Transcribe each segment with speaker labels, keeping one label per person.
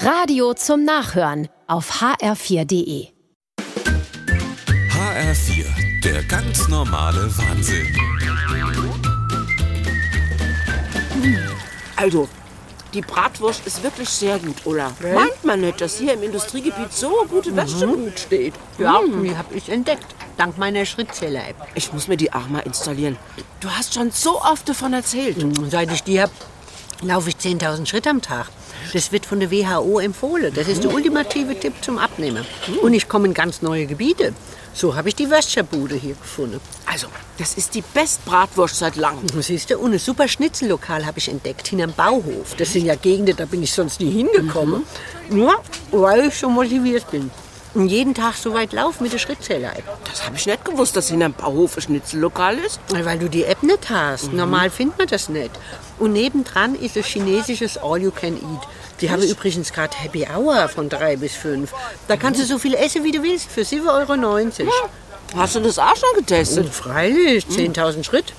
Speaker 1: Radio zum Nachhören auf hr4.de.
Speaker 2: HR4, der ganz normale Wahnsinn.
Speaker 3: Also, die Bratwurst ist wirklich sehr gut, Ulla. Meint man nicht, dass hier im Industriegebiet so gute Wäsche gut steht. Hm.
Speaker 4: Ja, die habe ich entdeckt. Dank meiner Schrittzähler-App.
Speaker 3: Ich muss mir die auch mal installieren. Du hast schon so oft davon erzählt.
Speaker 4: Und Seit ich die habe, laufe ich 10.000 Schritte am Tag. Das wird von der WHO empfohlen. Das ist der ultimative Tipp zum Abnehmen. Und ich komme in ganz neue Gebiete. So habe ich die Wäscherbude hier gefunden.
Speaker 3: Also, das ist die Bestbratwurst seit langem.
Speaker 4: Siehst du, und ein super Schnitzellokal habe ich entdeckt, hinterm Bauhof. Das sind ja Gegenden, da bin ich sonst nie hingekommen. Nur, weil ich so motiviert bin. Und jeden Tag so weit laufe mit der Schrittzähler-App.
Speaker 3: Das habe ich nicht gewusst, dass hinterm Bauhof ein Schnitzellokal ist.
Speaker 4: Weil du die App nicht hast. Normal findet man das nicht. Und nebendran ist ein chinesisches All You Can Eat. Die haben übrigens gerade Happy Hour von 3 bis 5. Da kannst du so viel essen, wie du willst, für 7,90 Euro.
Speaker 3: Hast du das auch schon getestet?
Speaker 4: Und freilich, 10.000 Schritt.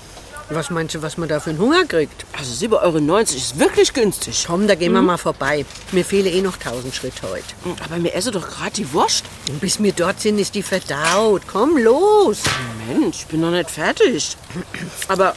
Speaker 4: Was meinst du, was man da für einen Hunger kriegt?
Speaker 3: Also 7,90 Euro ist wirklich günstig.
Speaker 4: Komm, da gehen wir mal vorbei. Mir fehlen eh noch 1000 Schritt heute.
Speaker 3: Aber mir esse doch gerade die Wurst.
Speaker 4: Und bis wir dort sind, ist die verdaut. Komm, los!
Speaker 3: Mensch, ich bin noch nicht fertig. Aber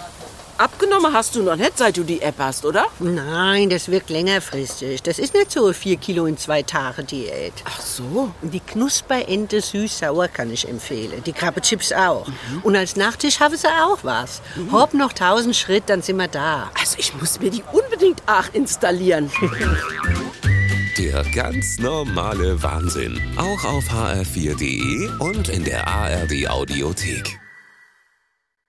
Speaker 3: abgenommen hast du noch nicht, seit du die App hast, oder?
Speaker 4: Nein, das wirkt längerfristig. Das ist nicht so eine 4 Kilo in zwei Tage Diät.
Speaker 3: Ach so.
Speaker 4: Die Knusperente süß-sauer kann ich empfehlen. Die Krabbechips auch.
Speaker 3: Mhm.
Speaker 4: Und als Nachtisch habe sie auch was. Hopp noch 1000 Schritt, dann sind wir da.
Speaker 3: Also ich muss mir die unbedingt auch installieren.
Speaker 2: Der ganz normale Wahnsinn. Auch auf hr4.de und in der ARD Audiothek.